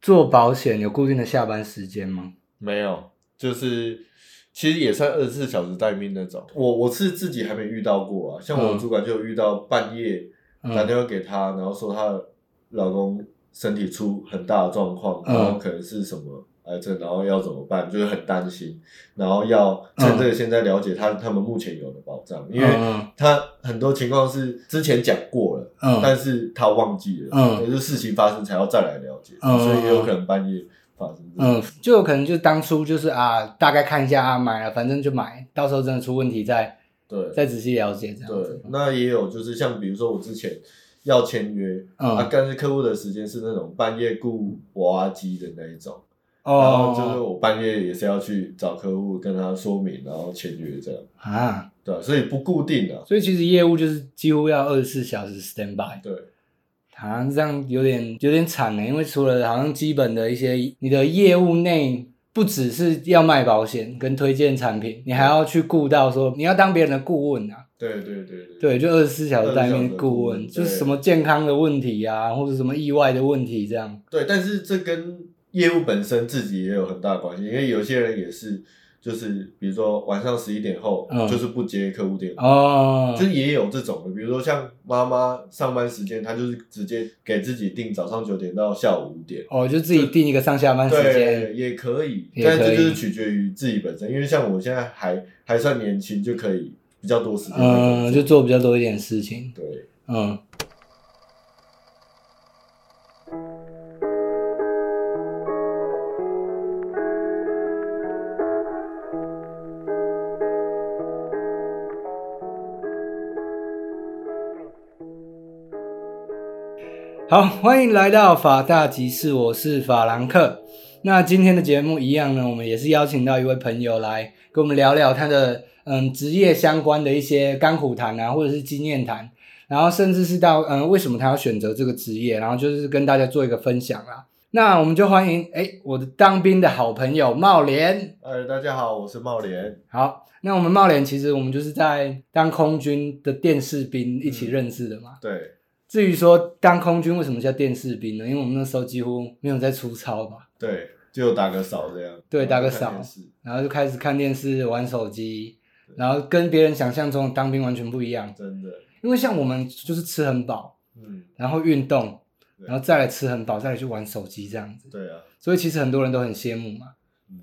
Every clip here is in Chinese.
做保险有固定的下班时间吗？没有，就是其实也算二十四小时待命那种。我我是自己还没遇到过啊，像我嗯主管就有遇到半夜打嗯电话给她，然后说她的老公身体出很大的状况，嗯然后可能是什么癌症，然后要怎么办，就是很担心，然后要趁这个现在了解他他们目前有的保障，因为嗯他很多情况是之前讲过了。嗯但是他忘记了，嗯就是事情发生才要再来了解，嗯所以也有可能半夜发生。嗯，就有可能就当初就是啊，大概看一下啊，买了反正就买，到时候真的出问题再对再仔细了解这样对子。，那也有就是像比如说我之前要签约，嗯啊，但是客户的时间是那种半夜雇娃娃机的那一种，然后就是哦我半夜也是要去找客户跟他说明，然后签约这样，啊，对啊、所以不固定的、所以其实业务就是几乎要二十四小时 stand by。对，好像这样有点有点惨呢，欸因为除了好像基本的一些，你的业务内不只是要卖保险跟推荐产品，你还要去顾到说你要当别人的顾问啊，对对对对，对，就二十四小时待命的顾24小时的顾问问，就是对什么健康的问题啊，或者什么意外的问题这样，对，但是这跟业务本身自己也有很大的关系，因为有些人也是，就是比如说晚上十一点后、嗯就是不接客户电话。哦就，是也有这种的，比如说像妈妈上班时间，她就是直接给自己定早上九点到下午五点，哦，就自己定一个上下班时间，对，也可以，也但可这以就是取决于自己本身，因为像我现在还还算年轻，就可以比较多时间在工作。嗯，就做比较多一点事情，对，嗯。好，欢迎来到法大集市，我是法兰克。那今天的节目一样呢，我们也是邀请到一位朋友来跟我们聊聊他的嗯职业相关的一些甘苦谈啊，或者是经验谈，然后甚至是到嗯为什么他要选择这个职业，然后就是跟大家做一个分享啦。那我们就欢迎哎我的当兵的好朋友茂莲。呃，大家好，我是茂莲。好，那我们茂莲其实我们就是在当空军的电视兵一起认识的嘛。对，至于说当空军为什么叫电视兵呢？因为我们那时候几乎没有在出操吧，对，就打个扫这样。对打个扫然然后后看电视就开始看电视、玩手机，然后跟别人想象中的当兵完全不一样。真的，因为像我们就是吃很饱，嗯，然后运动，对然后再来吃很饱，再来去玩手机这样子，对啊，所以其实很多人都很羡慕嘛。嗯，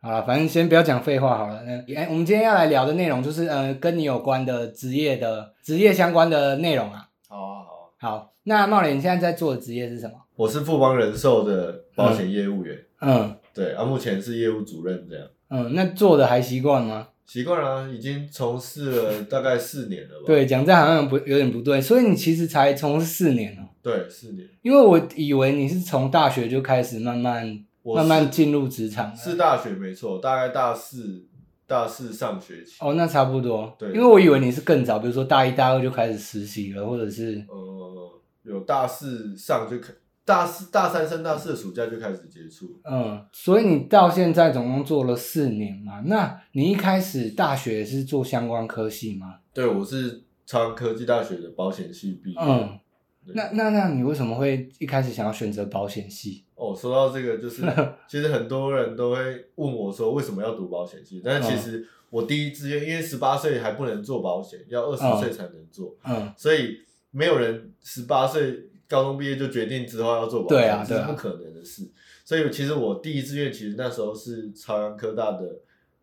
好了，反正先不要讲废话好了。那哎、我们今天要来聊的内容就是呃，跟你有关的职业的职业相关的内容啊。好啊，好啊。好，那茂磊，你现在在做的职业是什么？我是富邦人寿的保险业务员，嗯对，啊，目前是业务主任这样。嗯，那做的还习惯吗？习惯了啊，已经从事了大概四年了吧？对，讲这样好像不有点不对，所以你其实才从事四年哦、对，四年。因为我以为你是从大学就开始慢慢我慢是慢进入职场的，是大学没错，大概大四大四上学期。哦，那差不多，对因为我以为你是更早，比如说大一大二就开始实习了，或者是呃，有大四上就开，大四大三升大四的暑假就开始接触。嗯，所以你到现在总共做了四年嘛？那你一开始大学是做相关科系吗？对，我是朝阳科技大学的保险系毕业。嗯，对那那那你为什么会一开始想要选择保险系？哦，说到这个，就是 其实很多人都会问我说，为什么要读保险系？但是其实我第一志愿，因为十八岁还不能做保险，要二嗯十岁才能做，嗯所以没有人十八岁高中毕业就决定之后要做保险，对啊这对是啊不可能的事。所以其实我第一志愿其实那时候是朝阳科大的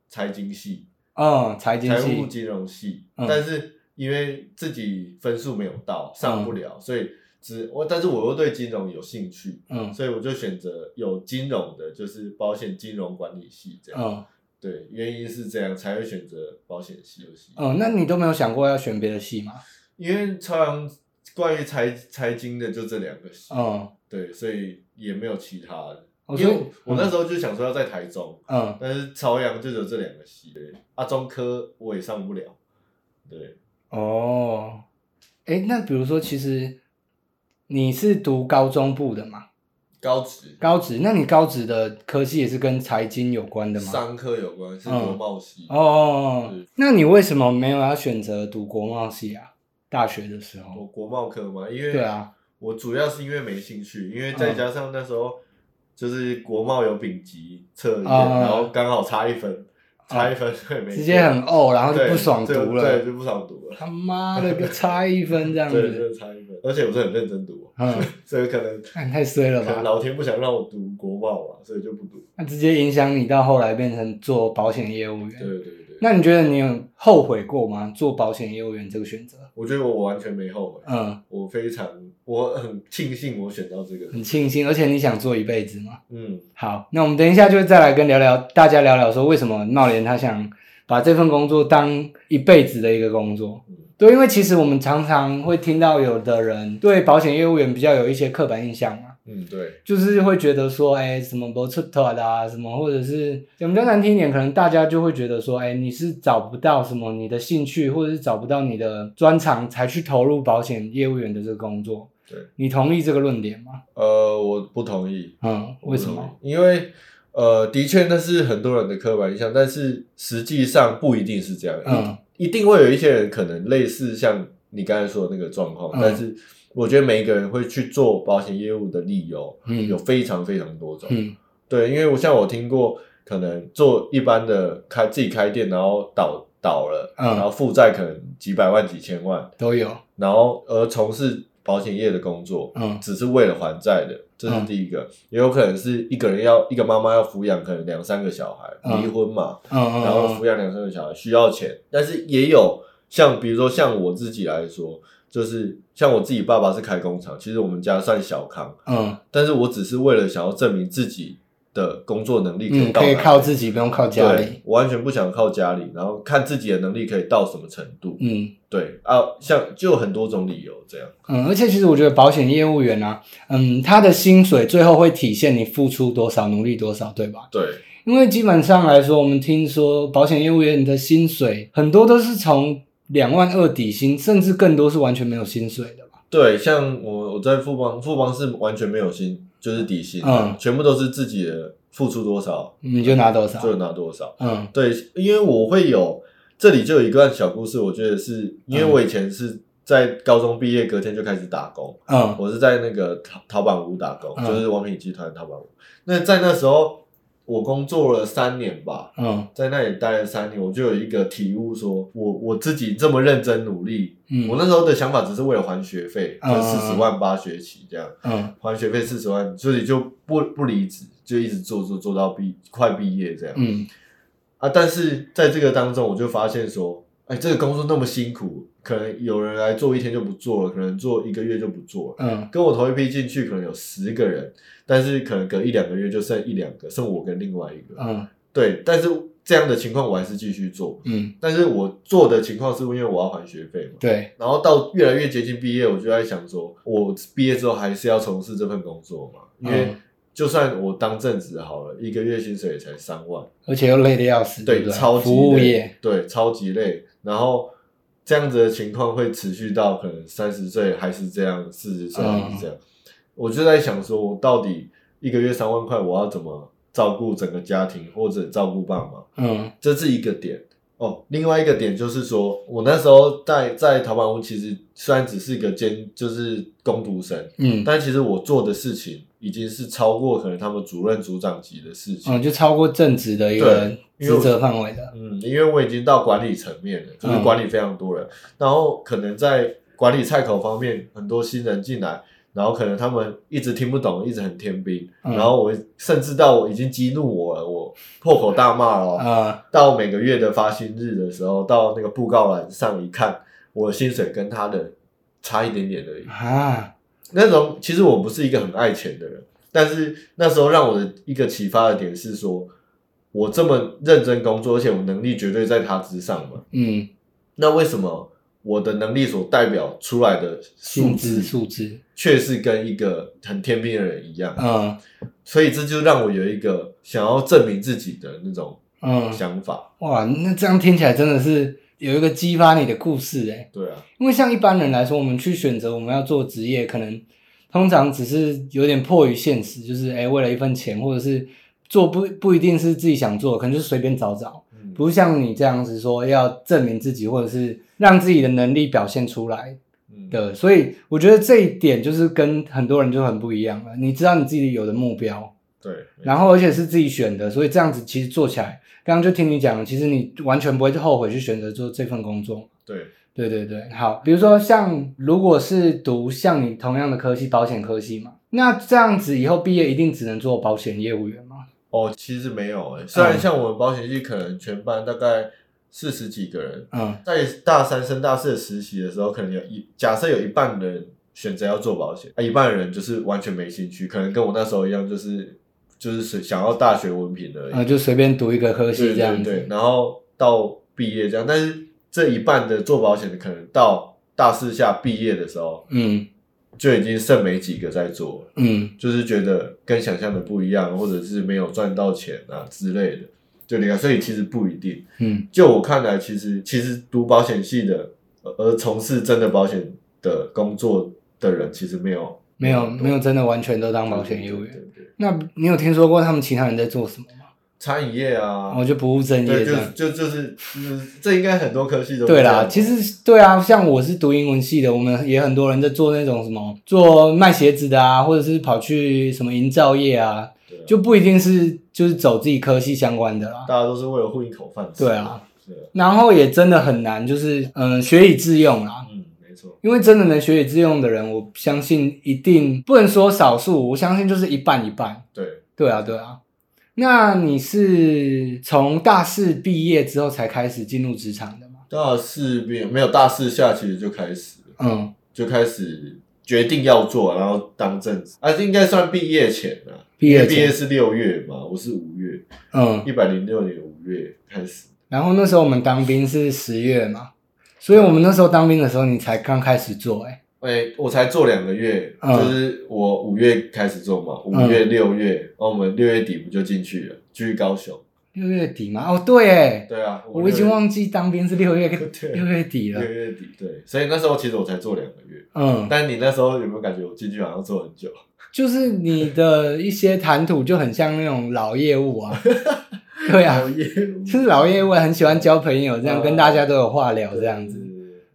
财经系，嗯，财经财务系，金融系，嗯但是因为自己分数没有到，上不了，所以只我，但是我又对金融有兴趣，嗯所以我就选择有金融的，就是保险金融管理系这样。嗯对，原因是这样才会选择保险系游戏，嗯，那你都没有想过要选别的系吗？因为朝阳关于财财经的就这两个系，嗯，对，所以也没有其他的。我因说为我我那时候就想说要在台中，嗯，但是朝阳就只有这两个系，对，啊中科我也上不了，对。哦，哎，那比如说，其实你是读高中部的嘛？高职高职，那你高职的科系也是跟财经有关的吗？商科有关，是国贸系。哦哦，哦是那你为什么没有要选择读国贸系啊？大学的时候，我国贸科嘛，因为对啊，嗯我主要是因为没兴趣，因为再加上那时候就是国贸有丙级测验，啊然后刚好差一分，差一分所以没过直接很怄，然后就对不爽就读了对，。就不爽读了。他妈的，个差一分这样 对，就子，是差一分，而且我是很认真读，哦嗯，所以可能看太衰了可能吧？老天不想让我读国贸啊嘛，所以就不读。那直接影响你到后来变成做保险业务对员。对对对，那你觉得你有后悔过吗？做保险业务员这个选择？我觉得我完全没后悔，嗯，我非常我很庆幸我选到这个，很庆幸，而且你想做一辈子吗？嗯，好，那我们等一下就再来跟聊聊大家聊聊说为什么茂联他想把这份工作当一辈子的一个工作嗯。对，因为其实我们常常会听到有的人对保险业务员比较有一些刻板印象嘛，嗯，对，就是会觉得说，哎、什么不出头的啊，什么或者是嗯讲比较难听一点，可能大家就会觉得说，哎、你是找不到什么你的兴趣，或者是找不到你的专长才去投入保险业务员的这个工作。对，你同意这个论点吗？呃，我不同意，嗯，为什么？？因为呃，的确那是很多人的刻板印象，但是实际上不一定是这样，嗯一一定会有一些人可能类似像你刚才说的那个状况，嗯但是我觉得每一个人会去做保险业务的理由嗯有非常非常多种，嗯对，因为我像我听过，可能做一般的开自己开店，然后倒倒了，嗯然后负债可能几百万几千万，都有。然后而从事保险业的工作，嗯只是为了还债的，这是第一个，也有可能是一个人要一个妈妈要抚养可能两三个小孩，嗯离婚嘛，嗯嗯，然后嗯抚养两三个小孩需要钱，但是也有像比如说像我自己来说，就是像我自己爸爸是开工厂，其实我们家算小康，嗯但是我只是为了想要证明自己的工作能力可以嗯，到可哪里、以靠自己，不用靠家对里。，我完全不想靠家里，然后看自己的能力可以到什么程度。嗯对啊，像就有很多种理由这样。嗯，而且其实我觉得保险业务员啊，嗯，他的薪水最后会体现你付出多少，努力多少，对吧？对，因为基本上来说，我们听说保险业务员的薪水很多都是从两万二底薪，甚至更多是完全没有薪水的吧？对，像我我在富邦，富邦是完全没有薪，就是底薪，嗯全部都是自己的付出多少你就拿多少？就拿多少。嗯对，因为我会有这里就有一段小故事，我觉得是因为嗯我以前是在高中毕业隔天就开始打工，嗯我是在那个淘淘宝屋打工，嗯就是王品集团淘宝屋。那在那时候，我工作了三年吧，嗯在那里待了三年，我就有一个体悟说，我我自己这么认真努力，我嗯那时候的想法只是为了还学费，嗯就四十万八学期这样，嗯还学费四十万，所以就不不离职，就一直做做做到毕快毕业这样。嗯啊，但是在这个当中，我就发现说，哎，这个工作那么辛苦，可能有人来做一天就不做了，可能做一个月就不做了。嗯跟我同一批进去可能有十个人，但是可能隔一两个月就剩一两个，剩我跟另外一个。嗯对，但是这样的情况我还是继续做，嗯，但是我做的情况是因为我要还学费嘛。对，然后到越来越接近毕业，我就在想说，我毕业之后还是要从事这份工作嘛？因为嗯就算我当正职好了，一个月薪水也才三万，而且又累得要死，对不对，对，超级累服务业，，对，超级累。然后这样子的情况会持续到可能三十岁还是这样，四十岁还是这样。我就在想说，我到底一个月三万块，我要怎么照顾整个家庭或者照顾爸妈？嗯这是一个点哦。另外一个点就是说，我那时候在在淘宝屋，其实虽然只是一个兼就是工读生，嗯但其实我做的事情已经是超过可能他们主任组长级的事情。嗯，就超过正职的一个对因为职我责范围的。嗯，因为我已经到管理层面了，就是嗯管理非常多人，然后可能在管理菜口方面，很多新人进来，然后可能他们一直听不懂，一直很天兵，嗯然后我甚至到我已经激怒我了，我破口大骂了哦，啊，到每个月的发薪日的时候，到那个布告栏上一看，我的薪水跟他的差一点点而已。啊，那种其实我不是一个很爱钱的人，但是那时候让我的一个启发的点是说，我这么认真工作，而且我能力绝对在他之上嘛，嗯，那为什么我的能力所代表出来的数数字字数字，却是跟一个很天兵的人一样？嗯所以这就让我有一个想要证明自己的那种嗯，想法。哇，那这样听起来真的是有一个激发你的故事诶。对啊，因为像一般人来说，我们去选择我们要做职业，可能通常只是有点迫于现实，就是诶，为了一份钱，或者是做不不一定是自己想做，可能就是随便找找，嗯不像你这样子说要证明自己，或者是让自己的能力表现出来，嗯的，所以我觉得这一点就是跟很多人就很不一样了。你知道你自己有的目标，对，然后而且是自己选的，所以这样子其实做起来，刚刚就听你讲，其实你完全不会后悔去选择做这份工作。对，对对对，好，比如说像如果是读像你同样的科系，保险科系嘛，那这样子以后毕业一定只能做保险业务员吗？哦，其实没有诶、虽嗯然像我们保险系可能全班大概四十几个人，嗯在大三升大四的实习的时候，可能有一假设有一半的人选择要做保险，啊，一半的人就是完全没兴趣，可能跟我那时候一样，就是就是是想要大学文凭而已。呃，就随便读一个科系对这样对子。对，然后到毕业这样，但是这一半的做保险的，可能到大四下毕业的时候，嗯就已经剩没几个在做了，嗯就是觉得跟想象的不一样，或者是没有赚到钱啊之类的，就离开。所以其实不一定。嗯就我看来，其实其实读保险系的，呃而从事真的保险的工作的人，其实没有没有没有有真的完全都当保险业务员。对对对，那你有听说过他们其他人在做什么吗？餐饮业啊，哦我就不务正业对，这就样。就就是就是，这应该很多科系都对这啦，样其实对啊，像我是读英文系的，我们也很多人在做那种什么做卖鞋子的啊，或者是跑去什么营造业啊，对啊就不一定是就是走自己科系相关的啦。大家都是为了混一口饭吃。对啊，是啊，然后也真的很难，就是嗯学以致用啦。嗯，没错，因为真的能学以致用的人，我相信一定不能说少数，我相信就是一半一半。对，对啊，对啊。那你是从大四毕业之后才开始进入职场的吗？大四并没有大四下，其实就开始了嗯，就开始决定要做，然后当正职啊，这应该算毕业前啊，毕业因为毕业前，是六月嘛，我是五月，嗯，一百零六年五月开始，然后那时候我们当兵是十月嘛，所以我们那时候当兵的时候，你才刚开始做、欸，哎、我才做两个月，嗯就是我五月开始做嘛，五月六月，然后我们六月底不就进去了，去高雄，六月底嘛，哦，对，哎，对啊，我已经忘记当兵是六月 对六月底六了，月底，对，所以那时候其实我才做两个月。嗯，但你那时候有没有感觉我进去好像做很久？就是你的一些谈吐就很像那种老业务啊，对 啊，业务就是老业务很喜欢交朋友，这样跟大家都有话聊，这样子。子。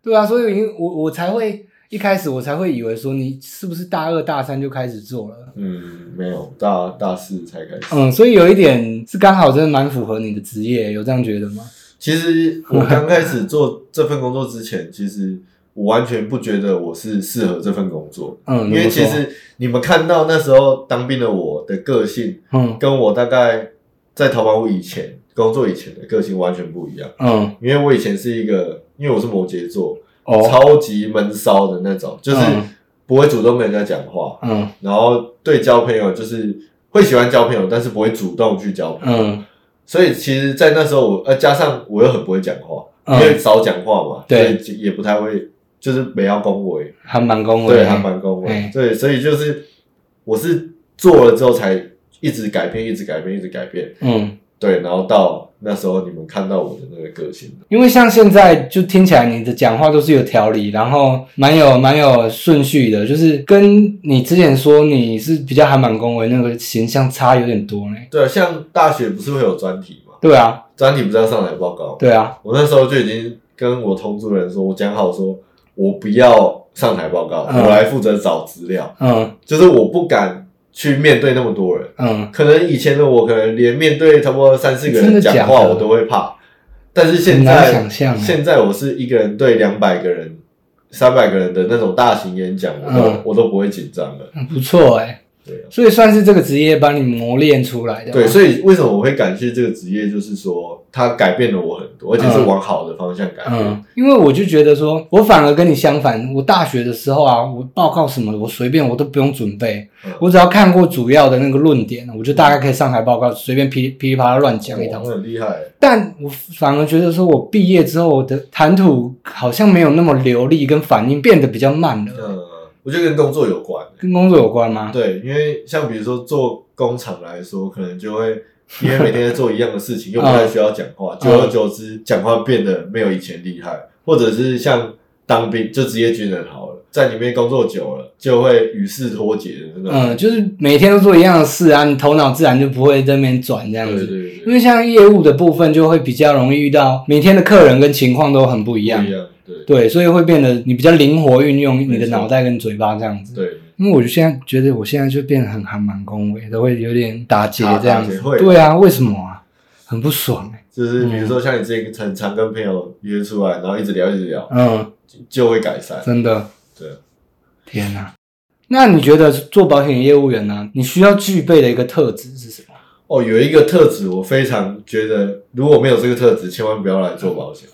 对啊，所以因我我才会一开始我才会以为说你是不是大二大三就开始做了，嗯，没有，大大四才开始。嗯，所以有一点是刚好真的蛮符合你的职业，有这样觉得吗？其实我刚开始做这份工作之前，其实我完全不觉得我是适合这份工作，嗯，因为其如果说实你们看到那时候当兵的我的个性，嗯跟我大概在逃亡屋以前工作以前的个性完全不一样。嗯因为我以前是一个，因为我是摩羯座，哦超级闷骚的那种，就是嗯不会主动跟人家讲话，嗯然后对交朋友就是会喜欢交朋友，但是不会主动去交朋友。嗯所以其实，在那时候我呃加上我又很不会讲话，嗯因为少讲话嘛，对，也不太会，就是没要恭维，还蛮恭维的，对，还蛮恭维嗯，对，所以就是我是做了之后才一直改变，一直改变，一直改变，嗯，对，然后到那时候你们看到我的那个个性，因为像现在就听起来你的讲话都是有条理，然后蛮有蛮有顺序的，就是跟你之前说你是比较还蛮恭维那个形象差有点多呢。对，啊像大学不是会有专题嘛，对啊，专题不是要上台报告吗，对啊，我那时候就已经跟我同组人说，我讲好说，我不要上台报告，嗯我来负责找资料，嗯就是我不敢去面对那么多人。嗯，可能以前的我，可能连面对差不多三四个真的人假讲话的我都会怕，但是现很难想在象欸。现在我是一个人对两百个人、三百个人的那种大型演讲，我都、嗯我都不会紧张了。嗯不错哎、对啊，所以算是这个职业把你磨练出来的嘛。对，所以为什么我会感谢这个职业，就是说它改变了我很多，而且是往好的方向改变。嗯，因为我就觉得说，我反而跟你相反，我大学的时候啊，我报告什么的我随便我都不用准备，嗯我只要看过主要的那个论点，啊我就大概可以上台报告，随便噼里噼里啪啦乱讲一哇通。很厉害，但我反而觉得说，我毕业之后，我的谈吐好像没有那么流利，跟反应变得比较慢了，嗯，我觉得跟工作有关。跟工作有关吗？对，因为像比如说做工厂来说，可能就会因为每天在做一样的事情，又不太需要讲嗯话，久而久之，讲话变得没有以前厉害，或者是像当兵就职业军人好了，在里面工作久了，就会与世脱节的那种。嗯，就是每天都做一样的事啊，你头脑自然就不会在那边转这样对子。对因对，为像业务的部分，就会比较容易遇到每天的客人跟情况都很不一不样一。样，对，对对，所以会变得你比较灵活运用你的脑袋跟嘴巴这样子。对，嗯因为我就现在觉得我现在就变得很还蛮恭维，都会有点打结这样子打打结会。对啊，为什么啊？很不爽哎、就是比如说像你之前很常跟朋友约出来，然后一直聊一直聊，嗯，就会改善。真的，对，啊天哪、那你觉得做保险业务员呢、你需要具备的一个特质是什么？哦，有一个特质我非常觉得，如果没有这个特质，千万不要来做保险，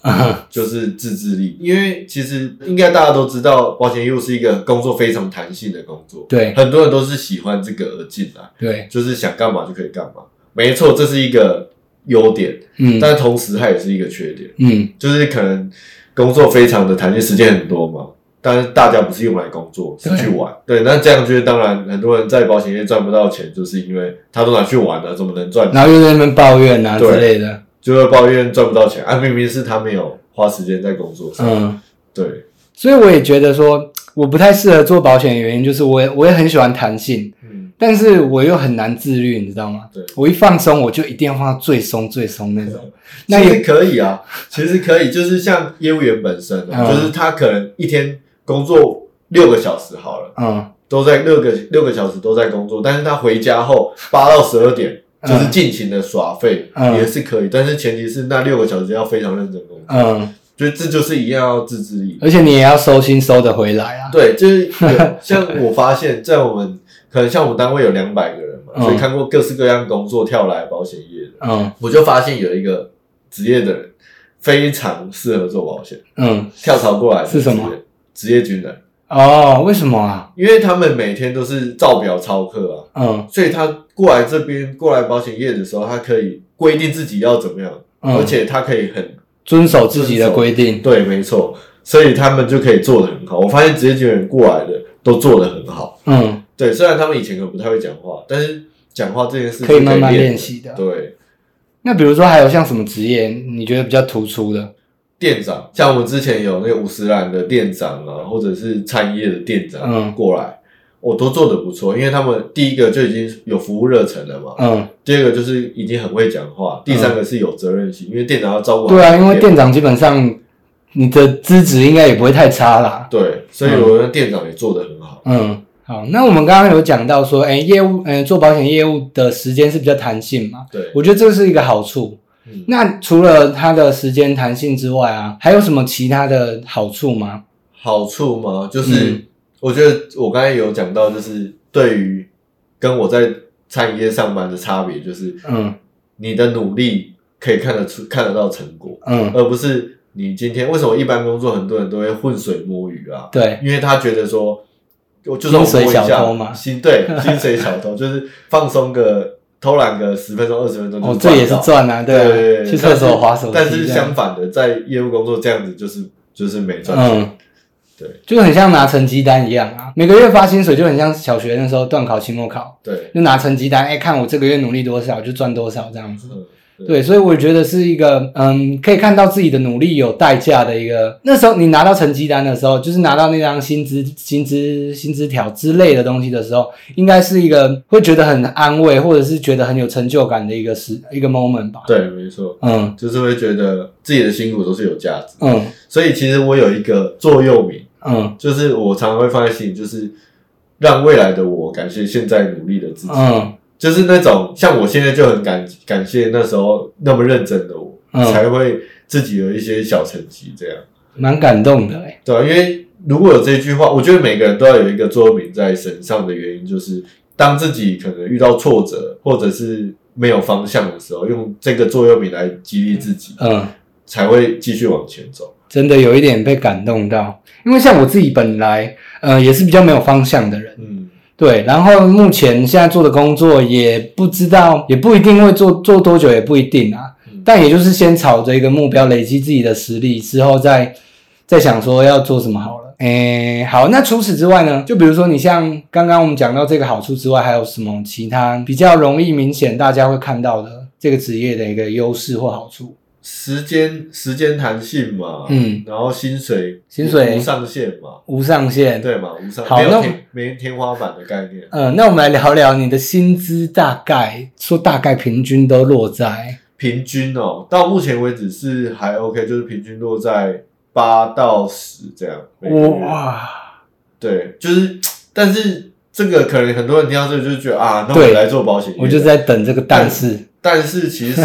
就是自制力。因为其实应该大家都知道，保险业务是一个工作非常弹性的工作，对很多人都是喜欢这个而进来，对，就是想干嘛就可以干嘛。没错，这是一个优点，嗯但同时它也是一个缺点，嗯，就是可能工作非常的弹性，时间很多嘛。但是大家不是用来工作，是去玩。对，那这样就是当然，很多人在保险业赚不到钱，就是因为他都拿去玩了，怎么能赚钱？然后又在那边抱怨啊之类的，就会抱怨赚不到钱，啊，明明是他没有花时间在工作上，嗯。对，所以我也觉得说，我不太适合做保险，的原因就是我也我也很喜欢弹性，嗯，但是我又很难自律，你知道吗？对我一放松，我就一定要放到最松最松那种。那其实也可以啊，其实可以，就是像业务员本身、嗯啊，就是他可能一天工作六个小时好了，嗯，都在六个六个小时都在工作，但是他回家后八到十二点嗯就是尽情的耍废、嗯也是可以，但是前提是那六个小时要非常认真工作，嗯，就这就是一样要自制力，而且你也要收心收得回来啊。 对，就是有像我发现，在我们可能像我们单位有两百个人嘛，嗯所以看过各式各样工作跳来保险业的，嗯我就发现有一个职业的人非常适合做保险，嗯，跳槽过来的是什么职业？职业军人，哦，为什么啊？因为他们每天都是照表操课啊，嗯所以他过来这边过来保险业的时候，他可以规定自己要怎么样，嗯，而且他可以很遵守自己的规定。对，没错，所以他们就可以做得很好。我发现职业军人过来的都做得很好。嗯，对，虽然他们以前可能不太会讲话，但是讲话这件事情可以慢慢练练习的对，那比如说还有像什么职业，你觉得比较突出的？店长，像我们之前有那个五十岚的店长啊，或者是餐饮业的店嗯长过来，我、都做得不错，因为他们第一个就已经有服务热忱了嘛，嗯，第二个就是已经很会讲话，第三个是有责任心，因为店长要照顾好对啊，因为店店长基本上你的资质应该也不会太差啦。对，所以我觉得店长也做得很好，嗯，好，那我们刚刚有讲到说，哎、业务，嗯、做保险业务的时间是比较弹性嘛，对，我觉得这是一个好处。嗯那除了它的时间弹性之外啊，还有什么其他的好处吗？好处吗？就是、嗯我觉得我刚才有讲到，就是对于跟我在餐饮业上班的差别，就是嗯你的努力可以看得出看得到成果，嗯，而不是你今天为什么一般工作很多人都会浑水摸鱼啊？对，因为他觉得说，我就算我薪摸水一小偷下，嘛薪对薪水 小偷就是放松个偷懒个十分钟二十分钟就哦，是这也是赚到。赚啊，对对对啊，对，去厕所划手机，但是但是相，反的，在业务工作这样子就是就是没赚钱。嗯，对就很像拿成绩单一样啊，每个月发薪水就很像小学那时候段考、期末考，对，就拿成绩单，哎、看我这个月努力多少就赚多少这样子。嗯，对，所以我觉得是一个，嗯，可以看到自己的努力有代价的一个。那时候你拿到成绩单的时候，就是拿到那张薪资、薪资、薪资条之类的东西的时候，应该是一个会觉得很安慰，或者是觉得很有成就感的一个时一个 moment 吧。对，没错，嗯就是会觉得自己的辛苦都是有价值。嗯所以其实我有一个座右铭，嗯就是我常常会放在心里，就是让未来的我感谢现在努力的自己，嗯就是那种像我现在就很感感谢那时候那么认真的我，嗯才会自己有一些小成绩这样，蛮感动的、欸。对啊、因为如果有这句话，我觉得每个人都要有一个座右铭在身上的原因，就是当自己可能遇到挫折或者是没有方向的时候，用这个座右铭来激励自己，嗯，才会继续往前走。真的有一点被感动到，因为像我自己本来，呃，也是比较没有方向的人。嗯，对，然后目前现在做的工作也不知道，也不一定会做做多久，也不一定啊。嗯但也就是先朝着一个目标累积自己的实力之后再，再想说要做什么好了。诶，好，那除此之外呢？就比如说你像刚刚我们讲到这个好处之外，还有什么其他比较容易明显大家会看到的这个职业的一个优势或好处？时间时间弹性嘛，嗯，然后薪水薪水无上限嘛，无上限。，对嘛，无上好没那有我天没天花板的概念，嗯、那我们来聊聊你的薪资大概，说大概平均都落在平均哦，到目前为止是还 OK，就是平均落在八到十这样。每个月，哇，对，就是，但是这个可能很多人听到这个就是觉得啊，那我对来做保险业的，我就在等这个但是，但是 其实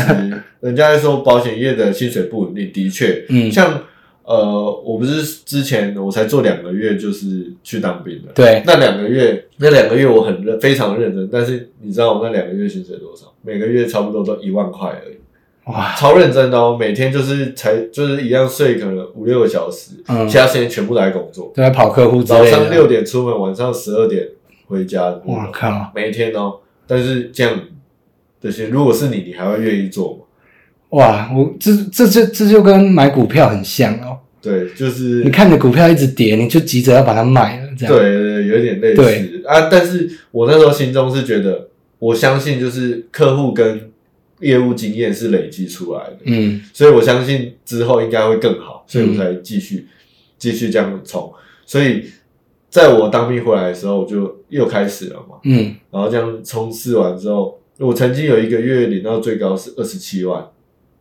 人家在说保险业的薪水不稳定，的确，嗯，像呃，我不是之前我才做两个月，就是去当兵的。对，那两个月，那两个月我很认，非常认真。但是你知道我那两个月薪水多少？每个月差不多都一万块而已，哇，超认真的哦。每天就是才就是一样睡，可能五六个小时，嗯其，他时间全部来工作。都在跑客户之早类上六的，点出门，晚上十二点回家。哇靠，每一天哦。但是这样这些，如果是你，你还会愿意做吗？哇，我这这这这就跟买股票很像哦，对，就是你看你股票一直跌，你就急着要把它卖了，这样，对对，有点类似啊。但是我那时候心中是觉得，我相信就是客户跟业务经验是累积出来的，嗯，所以我相信之后应该会更好，所以我才继续、继续这样冲。所以在我当兵回来的时候，我就又开始了嘛。嗯，然后这样冲刺完之后，我曾经有一个月领到最高是二十七万，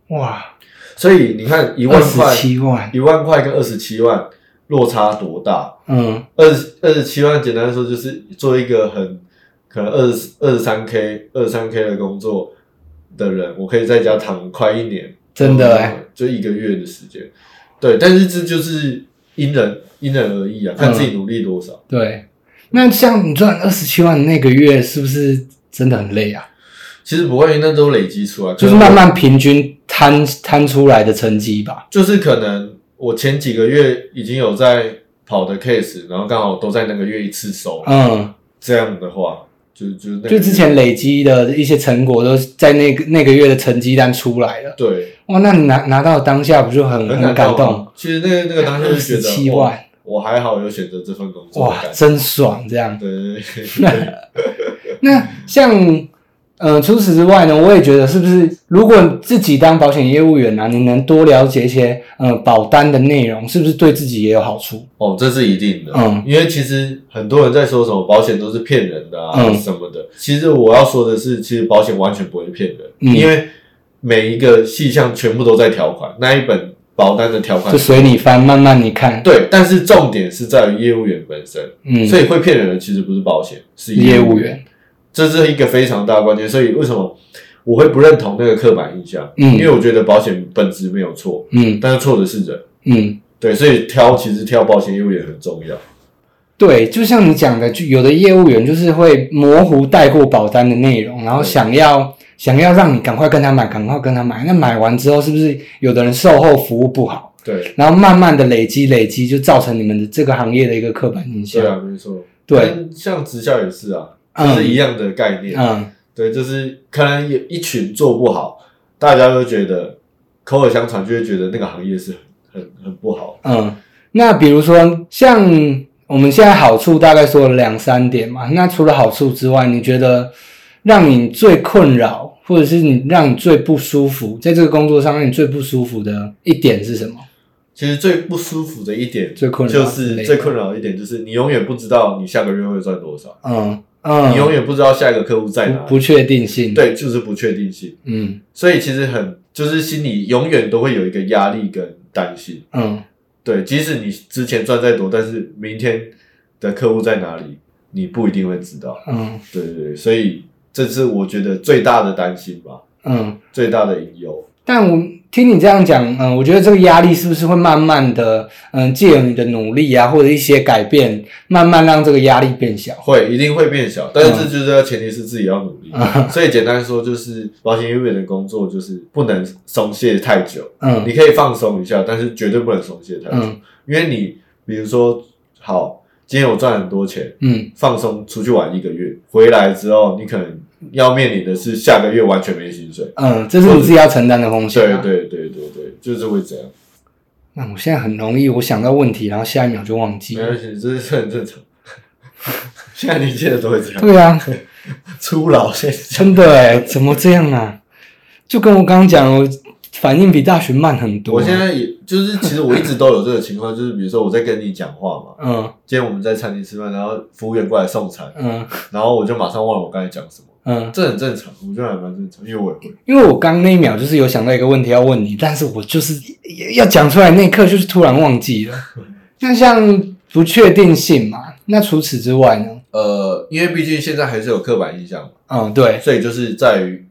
哇，所以你看一万二十块，七万，一万块跟二十七万落差多大？嗯，二十二十七万，简单说就是做一个很可能二十二十三 k 二十三 k 的工作的人，我可以在家躺快一年，真的哎、嗯就一个月的时间。对，但是这就是因人因人而异嗯啊，看自己努力多少。对，那像你赚二十七万那个月，是不是真的很累啊？其实不会，那都累积出来，就是可能慢我，慢平均摊摊出来的成绩吧。就是可能我前几个月已经有在跑的 case，然后刚好都在那个月一次收，嗯，这样的话，就就那个就之前累积的一些成果都在那个那个月的成绩单出来了。对。哇，那你拿拿到当下不就很很感动动？。其实那个那个当下就觉得， 27哇万我还好有选择这份工作的哇，感觉。真爽！这样，对对对 对，那像。呃，除此之外呢，我也觉得是不是，如果自己当保险业务员啊，你能多了解一些呃保单的内容，是不是对自己也有好处？哦，这是一定的。嗯因为其实很多人在说什么保险都是骗人的啊、嗯什么的。其实我要说的是，其实保险完全不会骗人，嗯因为每一个细项全部都在条款，那一本保单的条款就。随你翻，慢慢你看。对，但是重点是在于业务员本身，嗯，所以会骗人的其实不是保险，是业务务员。这是一个非常大的关键，所以为什么我会不认同那个刻板印象？嗯因为我觉得保险本质没有错，嗯但是错的是人。嗯，对，所以挑其实挑保险业务也很重要。对，就像你讲的，就有的业务员就是会模糊带过保单的内容，然后对想要想要让你赶快跟他买，赶快跟他买。那买完之后，是不是有的人售后服务不好，对，然后慢慢的累积累积，就造成你们的这个行业的一个刻板印象对？啊，没错。对，跟像直销也是啊，就嗯是一样的概念。嗯，对，就是可能有一群做不好，大家都觉得口耳相传，就会觉得那个行业是很很很不好。嗯，那比如说像我们现在好处大概说了两三点嘛，那除了好处之外，你觉得让你最困扰，或者是你让你最不舒服，在这个工作上让你最不舒服的一点是什么？其实最不舒服的一点，最困扰就是累最困扰的一点就是你永远不知道你下个月会赚多少，嗯嗯，你永远不知道下一个客户在哪不里。不确定性，，对，就是不确定性，嗯所以其实很就是心里永远都会有一个压力跟担心。嗯对，即使你之前赚再多，但是明天的客户在哪里，你不一定会知道。嗯对对对，所以这是我觉得最大的担心吧，嗯。最大的隐忧。但我听你这样讲，嗯、我觉得这个压力是不是会慢慢的，嗯、借由你的努力啊，或者一些改变，慢慢让这个压力变小？会一定会变小，但嗯是这就是要前提是自己要努力。 所以简单说就是，保险业务员的工作就是不能松懈太久，嗯你可以放松一下，但是绝对不能松懈太久，嗯因为你比如说，好，今天我赚很多钱，嗯放松出去玩一个月，回来之后你可能要面临的是下个月完全没薪水。嗯，这是你自己要承担的风险、对啊。对对对对，就是会这样，那我现在很容易，我想到问题，然后下一秒就忘记没了。关系，这是很正常。 现在年轻人都会这样，对啊，初老现象。真的哎，怎么这样啊？就跟我刚刚讲，我反应比大学慢很多。我现在也就是，其实我一直都有这个情况，就是比如说我在跟你讲话嘛，嗯今天我们在餐厅吃饭，然后服务员过来送餐，嗯然后我就马上忘了我刚才讲什么，嗯，这很正常，我觉得还蛮正常，因为我也会。因为我刚那一秒就是有想到一个问题要问你，但是我就是 要讲出来那一刻就是突然忘记 了。那像不确定性嘛，那除此之外呢？呃，因为毕竟现在还是有刻板印象嘛，嗯，对，所以就是在于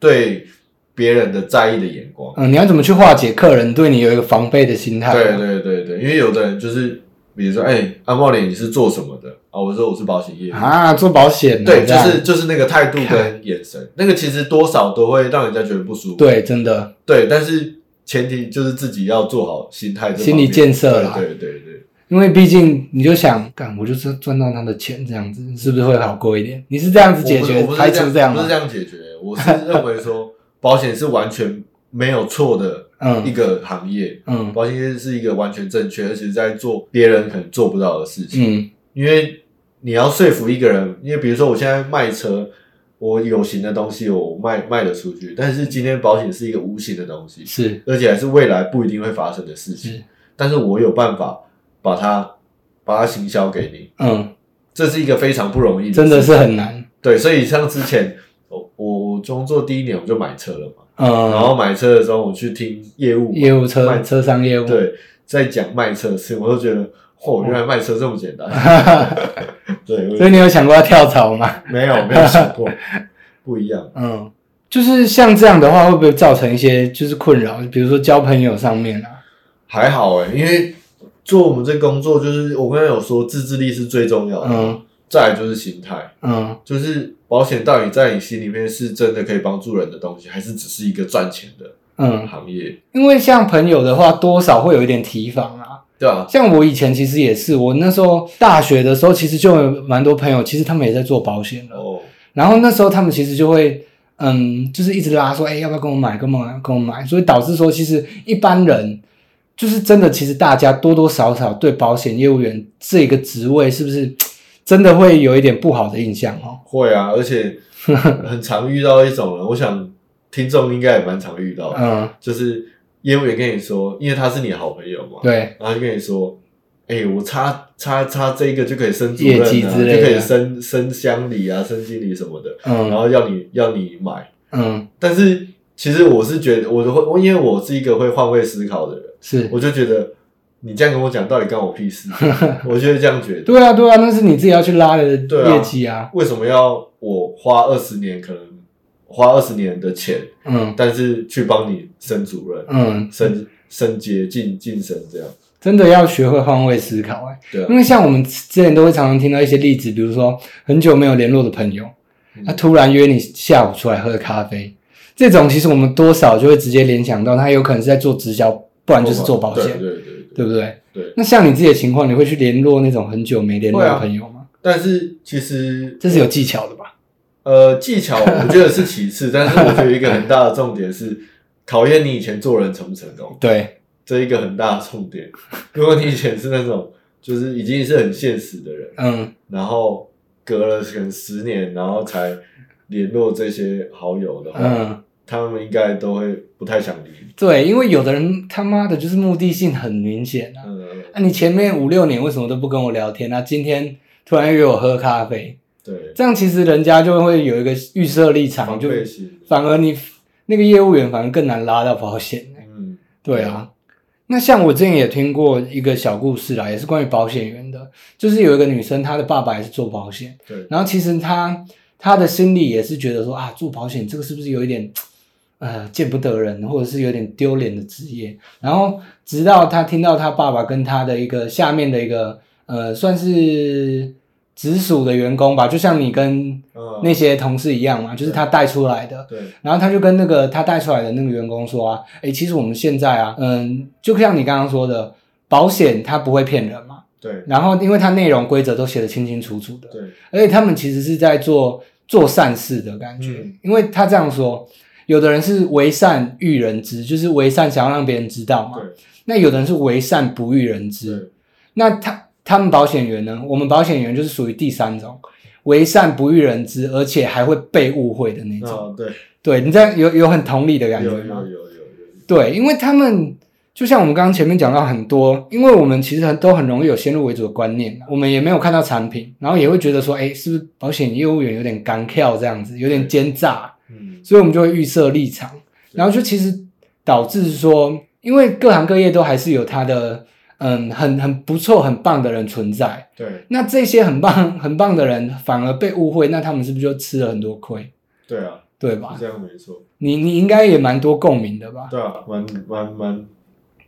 对别人的在意的眼光。嗯，你要怎么去化解客人对你有一个防备的心态？啊对，对对对，因为有的人就是，比如说，哎、阿茂脸你是做什么的啊？我说我是保险业务。啊，嗯做保险的对，这就样是就是那个态度跟眼神，那个其实多少都会让人家觉得不舒服。对，真的，对，但是前提就是自己要做好心态这方面，心理建设啦对对对对，因为毕竟你就想，干，我就是赚到他的钱，这样子是不是会好过一点？你是这样子解决我不我不排是这除样，这样不吗是？这样解决，我是认为说保险是完全没有错的一嗯个行业，嗯保险业是一个完全正确，而且是在做别人可能做不到的事情，嗯因为你要说服一个人，因为比如说我现在卖车。我有形的东西我卖卖得出去，但是今天保险是一个无形的东西，是而且还是未来不一定会发生的事情是。但是我有办法把它把它行销给你，嗯，这是一个非常不容易真的的事是很难。对。所以像之前我我工作第一年我就买车了嘛，然嗯，后买车的时候我去听业务嘛业务车卖车商业务，对在讲卖车的事，我就觉得嚯，原来卖车这么简 单。对，哦所以我你有想过要跳槽吗？没有没有想过，不一样。嗯，就是像这样的话，会不会造成一些就是困扰？比如说交朋友上面啊，还好哎、因为做我们这工作就是我刚才有说自制力是最重要的，嗯再来就是心态。嗯就是保险到底在你心里面是真的可以帮助人的东西，还是只是一个赚钱的嗯，行业？因为像朋友的话，多少会有一点提防啊。对啊，像我以前其实也是，我那时候大学的时候，其实就有蛮多朋友，其实他们也在做保险的。哦，然后那时候他们其实就会，嗯，就是一直拉说，哎、要不要跟我买，跟我买，跟我买。所以导致说，其实一般人就是真的，其实大家多多少少对保险业务员这个职位是不是真的会有一点不好的印象哦？会啊，而且很常遇到一种人，我想听众应该也蛮常遇到的，嗯，就是业务员跟你说，因为他是你的好朋友嘛，对，然后就跟你说，哎、我差差差这个就可以升主业任绩啊，之类就可的以升升乡里啊，升经理什么的，然嗯后要你要你买，嗯，但是其实我是觉得，我都会，我因为我是一个会换位思考的人。是，我就觉得你这样跟我讲，到底干我 屁事？我就是这样觉得。对啊，对啊，那是你自己要去拉的对啊业绩啊，为什么要我花二十年，可能花二十年的钱，嗯但是去帮你升主任、嗯，升升阶、晋晋升这样？真的要学会换位思考、哎。对因啊，为像我们之前都会常常听到一些例子，比如说很久没有联络的朋友，嗯他突然约你下午出来喝咖啡，这种其实我们多少就会直接联想到他有可能是在做直销，不然就是做保险，对对对对对不对？对。那像你自己的情况，你会去联络那种很久没联络会的啊朋友吗？但是其实这是有技巧的吧？呃技巧，我觉得是其次， 但是我觉得一个很大的重点是考验你以前做人成不成功，对，这一个很大的重点。如果你以前是那种就是已经是很现实的人，嗯然后隔了可能十年，然后才联络这些好友的话，嗯，他们应该都会不太想理你。对，因为有的人他妈的就是目的性很明显啊。嗯，那、你前面五六年为什么都不跟我聊天啊？今天突然约我喝咖啡，对，这样其实人家就会有一个预设立场，防就备心。反而你那个业务员反而更难拉到保险。嗯，对啊，那像我之前也听过一个小故事啦，也是关于保险员的，就是有一个女生，她的爸爸也是做保险，对，然后其实她她的心里也是觉得说啊，做保险这个是不是有一点呃见不得人，或者是有点丢脸的职业？然后直到她听到她爸爸跟她的一个下面的一个呃算是直属的员工吧，就像你跟嗯，那些同事一样嘛，就是他带出来的。对，然后他就跟那个他带出来的那个员工说啊，哎，其实我们现在啊，嗯，就像你刚刚说的，保险它不会骗人嘛。对，然后因为它内容规则都写得清清楚楚的，对，而且他们其实是在做做善事的感觉，嗯因为他这样说，有的人是为善欲人知，就是为善想要让别人知道嘛。对，那有的人是为善不欲人知，对，那他他们保险员呢？我们保险员就是属于第三种，为善不欲人知，而且还会被误会的那种。啊，对，对你这样有有很同理的感觉有有吗？有有有，对，因为他们就像我们刚刚前面讲到很多，因为我们其实很都很容易有先入为主的观念，啊我们也没有看到产品，然后也会觉得说，哎，是不是保险业务员有点干跳这样子，有点奸诈，嗯，所以我们就会预设立场，然后就其实导致说，因为各行各业都还是有它的嗯很很不错很棒的人存在，对那这些很棒很棒的人反而被误会，那他们是不是就吃了很多亏，对啊，对是吧？这样没错，你你应该也蛮多共鸣的吧？对啊，蛮蛮蛮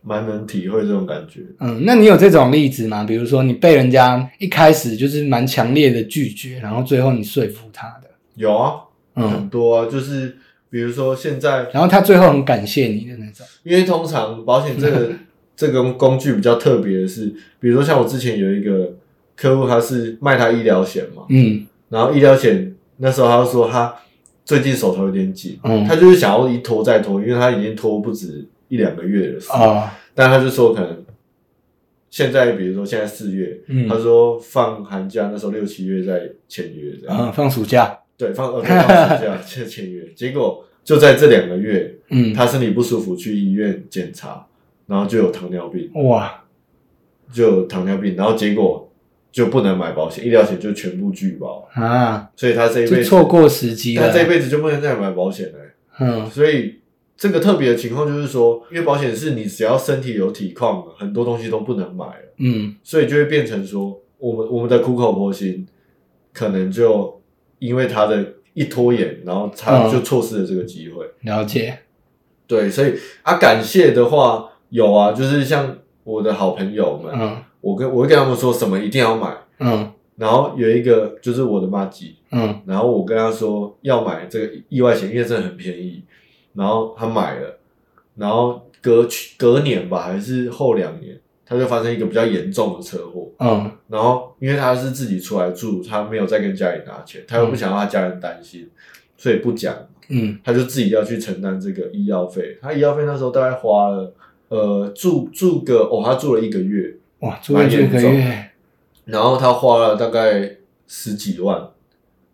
蛮能体会这种感觉。嗯，那你有这种例子吗？比如说你被人家一开始就是蛮强烈的拒绝，然后最后你说服他的，有啊，嗯，很多啊，就是比如说现在，然后他最后很感谢你的那种，因为通常保险这 个这个工具比较特别的是，比如说像我之前有一个客户，他是卖他医疗险嘛，嗯然后医疗险那时候他就说他最近手头有点紧，嗯他就是想要一拖再拖，因为他已经拖不止一两个月了，哦，但他就说可能现在比如说现在四月，嗯他说放寒假那时候六七月再签约这样，嗯，放暑假，对，放呃对放暑假签 签约，结果就在这两个月。嗯，他身体不舒服去医院检查，然后就有糖尿病，哇，就有糖尿病，然后结果就不能买保险，医疗险就全部拒保，啊，所以他这一辈就子错过时机他了。这一辈子就不能再买保险了、嗯所以这个特别的情况就是说，因为保险是你只要身体有体况，很多东西都不能买了，嗯所以就会变成说，我们我们的苦口婆心，可能就因为他的一拖延，然后他嗯就错失了这个机会。了解，嗯对，所以啊，感谢的话有啊，就是像我的好朋友们，嗯我跟我会跟他们说什么一定要买，嗯然后有一个就是我的妈吉，嗯然后我跟他说要买这个意外险，因为真的很便宜，然后他买了，然后隔去隔年吧，还是后两年，他就发生一个比较严重的车祸，嗯然后因为他是自己出来住，他没有再跟家里拿钱，他又不想让他家人担心，所以不讲。嗯他就自己要去承担这个医药费。他医药费那时候大概花了，呃，住住个哦，他住了一个月，哇，住院这个月，然后他花了大概十几万，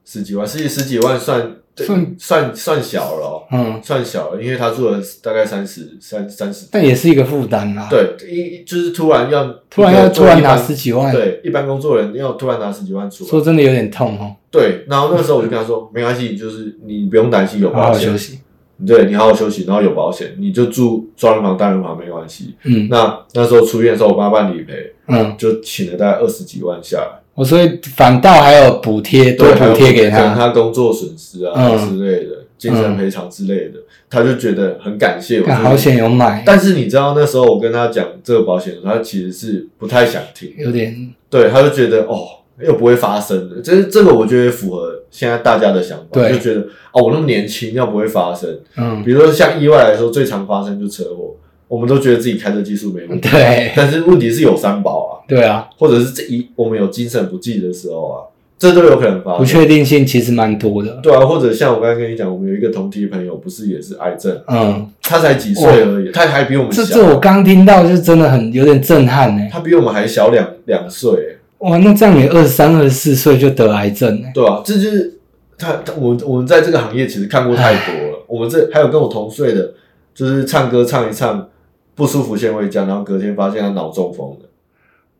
十几万，十几十几万算算算算小了、哦，嗯，算小了，因为他住了大概三十三三十，但也是一个负担啦。，对，一就是突然要突然要突然拿十几几万，对，一般工作人要突然拿十几万出说来，真的有点痛哦。对，然后那时候我就跟他说， 没关系，就是你不用担心有好保好险休，息。对你好好休息，然后有保险，你就住双人房、单人房没关系。嗯那那时候出院的时候，我帮他办理赔，嗯，就请了大概二十几万下来，我所以反倒还有补贴，多还有补贴给可能他，他工作损失啊、嗯之类的、精神赔偿之类的，他就觉得很感谢我。看就是好险有买，但是你知道那时候我跟他讲这个保险，他其实是不太想听，有点对，他就觉得哦。又不会发生的，这这个我觉得也符合现在大家的想法，对就觉得哦，我那么年轻，要不会发生，嗯，比如说像意外来说，最常发生就车祸，我们都觉得自己开车技术没问题，对但是问题是有三宝啊，对啊，或者是这一我们有精神不济的时候啊，这都有可能发不生。确定性其实蛮多的。对啊，或者像我刚才跟你讲，我们有一个同梯朋友，不是也是癌症，嗯，他才几岁而已，他还比我们这小，这我刚听到就真的很有点震撼呢。他比我们还小两两岁欸、哇，那这样你二十三、二十四岁就得癌症呢？对啊，这就是他，他我我们在这个行业其实看过太多了。我们这还有跟我同岁的，就是唱歌唱一唱不舒服先回家，然后隔天发现他脑中风了。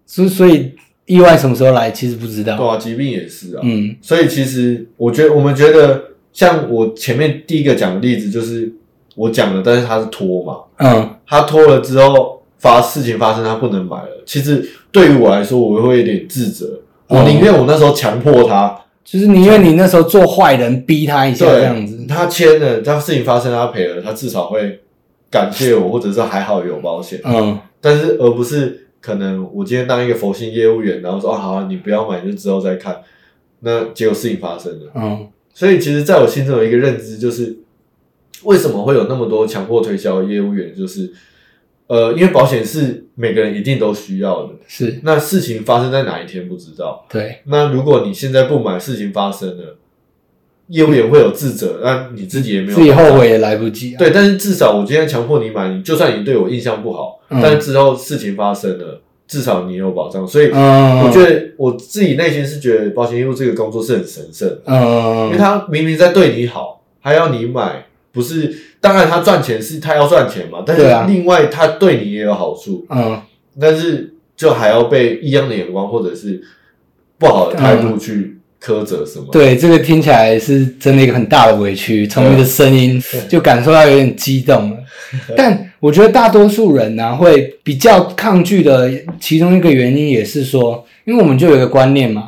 所以所以意外什么时候来，其实不知对道。啊，疾病也是啊。嗯所以其实我觉得，我们觉得像我前面第一个讲的例子，就是我讲了，但是他是拖嘛，嗯他拖了之后发事情发生，他不能买了。其实对于我来说，我会有点自责，我哦宁愿我那时候强迫他，就是你因为你那时候做坏人，逼他一下这样对，子。他签了，他事情发生他赔了，他至少会感谢我，或者是还好有保险，嗯但是而不是可能我今天当一个佛性业务员，然后说啊好啊，你不要买，就之后再看。那结果事情发生了。嗯所以其实在我心中有一个认知，就是为什么会有那么多强迫推销的业务员，就是呃，因为保险是每个人一定都需要的。是那事情发生在哪一天不知道。对，那如果你现在不买，事情发生了，业务员会有自责，那你自己也没有自己后悔也来不及、啊。对，但是至少我今天强迫你买，你就算你对我印象不好，嗯但是之后事情发生了，至少你有保障。所以嗯，我觉得我自己内心是觉得保险业务这个工作是很神圣的。嗯，因为他明明在对你好，还要你买，不是，当然他赚钱是他要赚钱嘛，但对啊是另外他对你也有好处，嗯，但是就还要被异样的眼光或者是不好的态度去苛责什么。对，这个听起来是真的一个很大的委屈，从你的声音对就感受到有点激动了。但我觉得大多数人呢、会比较抗拒的其中一个原因也是说，因为我们就有一个观念嘛，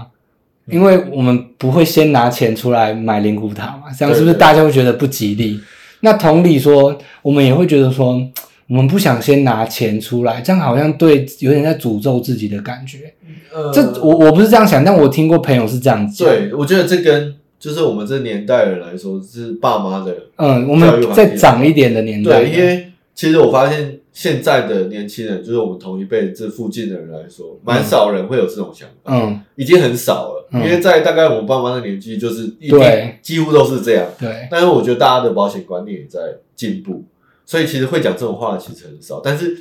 嗯因为我们不会先拿钱出来买灵骨塔嘛，这样是不是对对大家会觉得不吉利？那同理说，我们也会觉得说，嗯我们不想先拿钱出来，这样好像对有点在诅咒自己的感觉。呃这我我不是这样想，但我听过朋友是这样讲。对，我觉得这跟就是我们这年代人来说，是爸妈的嗯，我教育们环再境长一点的年代，对，因为其实我发现现在的年轻人，就是我们同一辈这附近的人来说，蛮少人会有这种想法，嗯，已经很少了。嗯因为在大概我们爸妈的年纪，就是一定对几乎都是这样。对，但是我觉得大家的保险观念也在进步，所以其实会讲这种话的其实很少。但是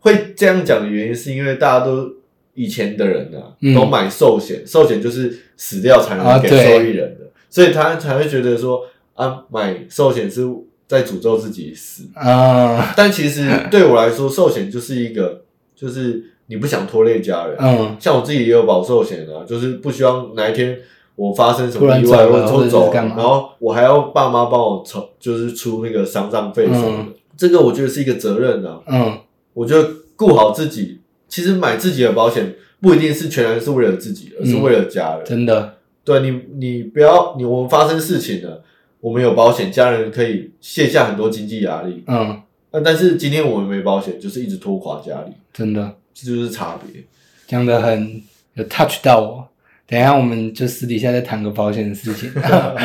会这样讲的原因，是因为大家都以前的人啊，嗯都买寿险，寿险就是死掉才啊能给对受益人的，所以他才会觉得说啊，买寿险是在诅咒自己死。啊，但其 实对我来说，寿险就是一个，就是你不想拖累家人。嗯，像我自己也有保寿险啊，就是不希望哪一天我发生什突么然意外走了或抽或者走是了，干嘛然后我还要爸妈帮我筹，就是出那个丧葬费什么的。这个我觉得是一个责任啊，嗯，我觉得顾好自己，其实买自己的保险不一定是全然是为了自己，而是为了家人。嗯真的，对啊你，你不要你我们发生事情了，我们有保险，家人可以卸下很多经济压力。嗯，那但是今天我们没保险，就是一直拖垮家里，真的，这就是差别。 讲的很有 touch 到我。等一下，我们就私底下再谈个保险的事情。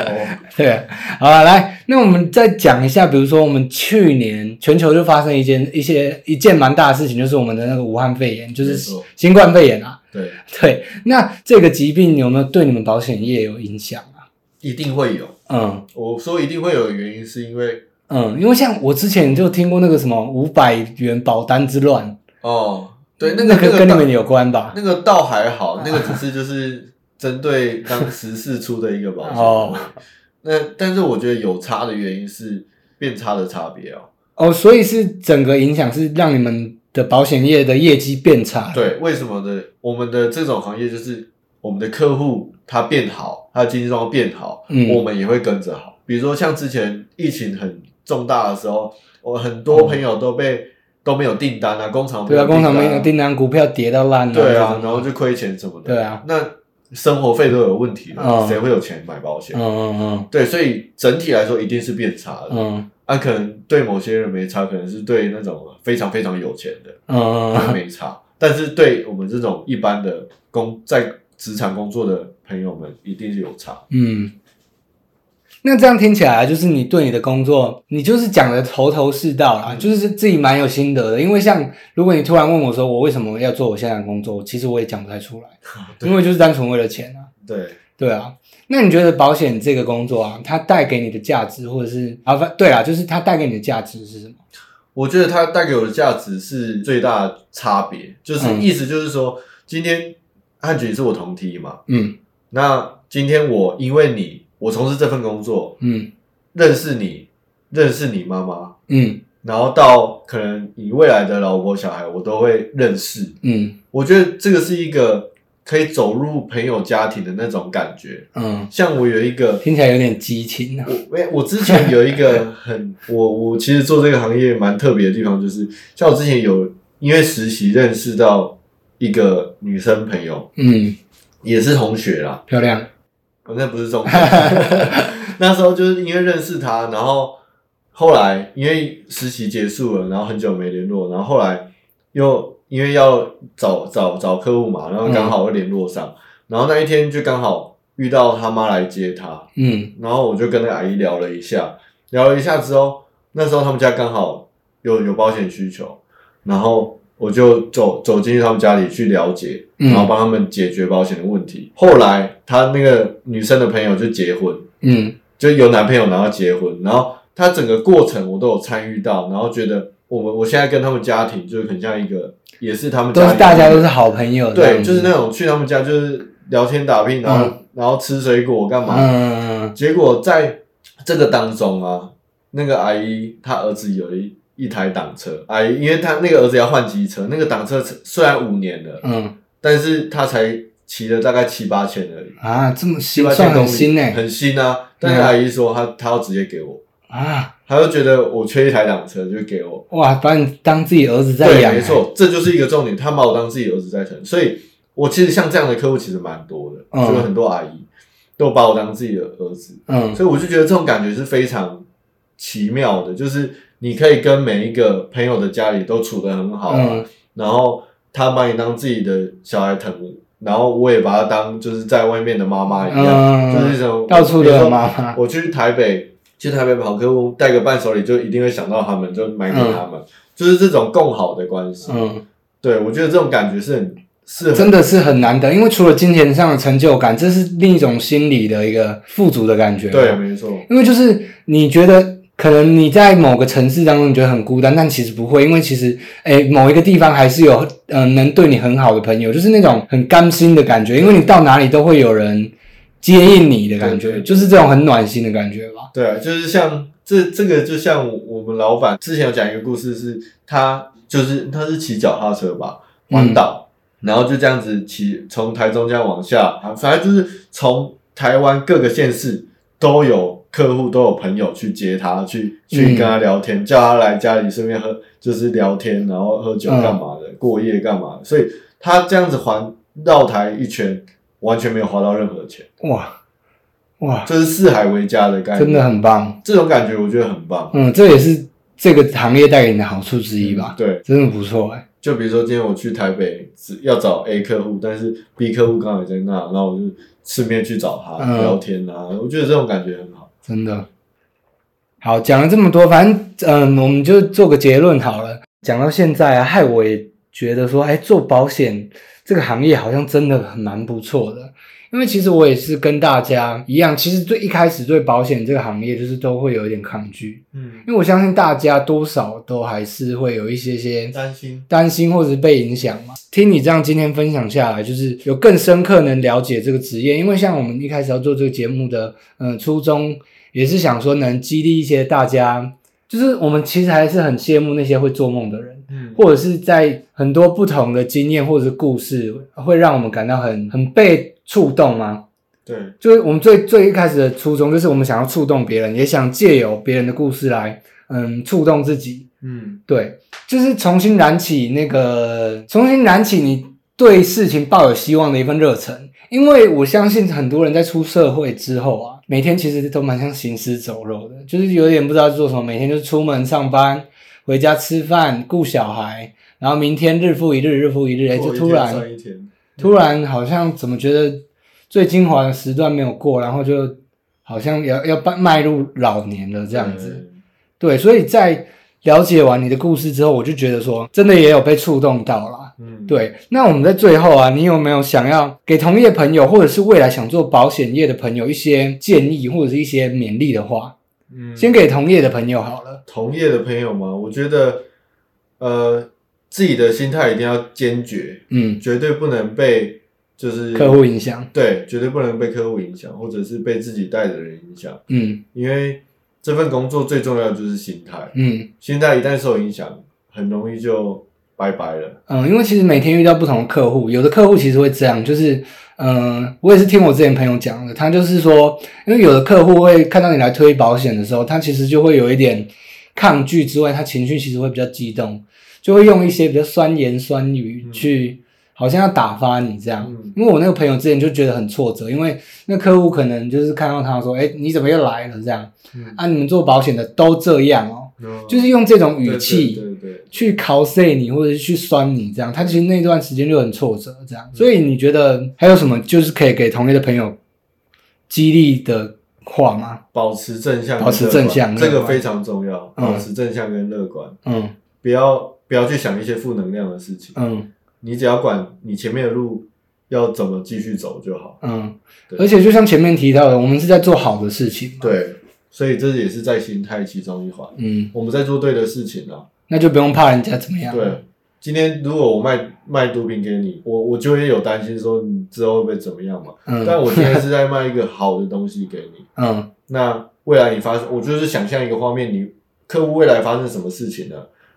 对，好了，来，那我们再讲一下，比如说我们去年全球就发生一件一些一件蛮大的事情，就是我们的那个武汉肺炎，就没是错新冠肺炎啊。对，对，那这个疾病有没有对你们保险业有影响啊？一定会有。嗯，我说一定会有的原因，是因为嗯，因为像我之前就听过那个什么五百元保单之乱，哦，对，那嗯那个个个跟你倒们有关吧？那个倒还 好，那个只是就是针对当时事出的一个保险。哦，那但是我觉得有差的原因是变差的差别哦。哦，所以是整个影响是让你们的保险业的业绩变差。，对，为什么呢？我们的这种行业就是我们的客户他变好，他的经济状况变好，嗯我们也会跟着好。比如说像之前疫情很重大的时候，我很多朋友都被、都没有订单啊，工厂没嗯对有啊，工厂啊没有订单，股票跌到烂了。对啊这，然种后就亏钱什么的。对啊，那生活费都有问题了，嗯谁会有钱买保险？嗯嗯对，所以整体来说一定是变差的。嗯啊，可能对某些人没差，可能是对那种非常非常有钱的嗯嗯没差，但是对我们这种一般的工在职场工作的朋友们，一定是有差。嗯。那这样听起来，啊就是你对你的工作，你就是讲的头头是道啦，就是自己蛮有心得的。因为像如果你突然问我说我为什么要做我现在的工作，其实我也讲不太出来，因为就是单纯为了钱啊。对，对啊，那你觉得保险这个工作啊，它带给你的价值，或者是啊，反对啊，就是它带给你的价值是什么？我觉得它带给我的价值是最大的差别，就是嗯意思就是说，今天汉举是我同梯嘛，嗯那今天我因为你，我从事这份工作，嗯认识你，认识你妈妈，嗯然后到可能你未来的老婆小孩，我都会认识。嗯我觉得这个是一个可以走入朋友家庭的那种感觉。嗯，像我有一个，听起来有点激情啊。我哎我之前有一个很， 我我其实做这个行业蛮特别的地方，就是像我之前有因为实习认识到一个女生朋友，嗯，也是同学啦，漂亮。哦，那不是重点。 那时候就是因为认识他，然后后来因为实习结束了，然后很久没联络，然后后来又因为要找找找客户嘛，然后刚好又联络上，然后那一天就刚好遇到他妈来接他，嗯然后我就跟那个阿姨聊了一下，聊了一下之后，那时候他们家刚好有有保险需求，然后我就走走进去他们家里去了解，嗯然后帮他们解决保险的问题。后来她那个女生的朋友就结婚，嗯就有男朋友，然后结婚，然后她整个过程我都有参与到，然后觉得我们我现在跟他们家庭就是很像一个，也是他们都家是里大家都是好朋友这对，样子。嗯就是那种去他们家就是聊天打拼，然后、然后吃水果干嘛，嗯嗯嗯结果在这个当中啊，那个阿姨她儿子有一一台挡车，阿姨因为她那个儿子要换机车，那个挡车虽然五年了，嗯但是他才骑了大概七八千而已，啊，这么七新八算千公很里，新欸呢、很新啊。但嗯是阿姨说她她要直接给我，啊，她就觉得我缺一台挡车就给我，哇，把你当自己儿子在对，养、欸没，错，这就是一个重点，他把我当自己儿子在疼，所以我其实像这样的客户其实蛮多的，嗯就有很多阿姨都把我当自己的儿子，嗯所以我就觉得这种感觉是非常奇妙的，就是你可以跟每一个朋友的家里都处得很好啊、嗯然后他把你当自己的小孩疼，然后我也把他当就是在外面的妈妈一样，就是嗯，这种到处都有妈比如妈说，我去台北，去台北跑客户，带个伴手礼就一定会想到他们，就买给他们，就是这种共好的关系。嗯，对，我觉得这种感觉是很是很真的是很难得，因为除了金钱上的成就感，这是另一种心理的一个富足的感觉。对，，没错，因为就是你觉得可能你在某个城市当中你觉得很孤单，但其实不会，因为其实诶某一个地方还是有嗯、呃能对你很好的朋友，就是那种很甘心的感觉，因为你到哪里都会有人接应你的感对对觉，对就是这种很暖心的感觉吧。对啊，就是像这这个，就像我们老板之前有讲一个故事是，他就是他是骑脚踏车吧，嗯环岛，然后就这样子骑，从台中这样往下，啊反正就是从台湾各个县市都有客户都有朋友去接他，嗯去去跟他聊天，叫他来家里顺便喝，就是聊天，然后喝酒嗯干嘛的，过夜干嘛的，所以他这样子环绕台一圈，完全没有花到任何钱，哇哇，就是四海为家的概念，真的很棒，这种感觉我觉得很棒。嗯，这也是这个行业带给你的好处之一吧，嗯对，真的不错哎、就比如说今天我去台北只要找 A 客户，但是 B 客户刚好也在那，然后我就顺便去找他、嗯聊天啊，我觉得这种感觉很好。真的。好，讲了这么多，反正嗯，我们就做个结论好了。讲到现在啊，害我也觉得说，哎，做保险这个行业好像真的很蛮不错的。因为其实我也是跟大家一样，其实最一开始对保险这个行业就是都会有一点抗拒，嗯，因为我相信大家多少都还是会有一些些担心。担心或者是被影响嘛。听你这样今天分享下来，就是有更深刻能了解这个职业，因为像我们一开始要做这个节目的，嗯、初衷也是想说能激励一些大家，就是我们其实还是很羡慕那些会做梦的人。嗯，或者是在很多不同的经验或者是故事，会让我们感到很很被触动吗？对，就是我们最最一开始的初衷，就是我们想要触动别人，也想借由别人的故事来，嗯，触动自己。嗯，对，就是重新燃起那个，重新燃起你对事情抱有希望的一份热忱。因为我相信很多人在出社会之后啊，每天其实都蛮像行尸走肉的，就是有点不知道做什么，每天就出门上班，回家吃饭，顾小孩，然后明天日复一日，日复一日，哎，就过一突天然算一天，突然好像怎么觉得最精华的时段没有过，然后就好像要要迈迈入老年了这样子。对，所以在了解完你的故事之后，我就觉得说，真的也有被触动到啦。嗯。嗯，对，那我们在最后啊，你有没有想要给同业朋友，或者是未来想做保险业的朋友一些建议，或者是一些勉励的话？嗯，先给同业的朋友好了。同业的朋友嘛，我觉得，呃，自己的心态一定要坚决，嗯，绝对不能被就是客户影响。对，绝对不能被客户影响，或者是被自己带的人影响，嗯因为这份工作最重要的就是心态。嗯心态一旦受影响，很容易就拜拜了。嗯，因为其实每天遇到不同的客户，有的客户其实会这样，就是。嗯，我也是听我之前朋友讲的，他就是说，因为有的客户会看到你来推保险的时候，他其实就会有一点抗拒之外，他情绪其实会比较激动，就会用一些比较酸言酸语嗯去，好像要打发你这样。嗯因为我那个朋友之前就觉得很挫折，因为那客户可能就是看到他说：“哎、你怎么又来了？”这样嗯，啊，你们做保险的都这样哦，就是是用这种语气。对对对去 cos 你或者是去酸你这样，他其实那段时间就很挫折这样。所以嗯你觉得还有什么就是可以给同类的朋友激励的话吗？保持正向跟乐观，保持正向这乐个观非常重要。嗯保持正向跟乐观，嗯不要不要去想一些负能量的事情。嗯你只要管你前面的路要怎么继续走就好。嗯，对而且就像前面提到的，我们是在做好的事情嘛，对，所以这也是在心态其中一环。嗯，我们在做对的事情啊。那就不用怕人家怎么样，对，今天如果我卖卖毒品给你，我我就会有担心说你之后会不会怎么样嘛。嗯但我今天是在卖一个好的东西给你，嗯那未来你发生，我就是想象一个画面，你客户未来发生什么事情呢、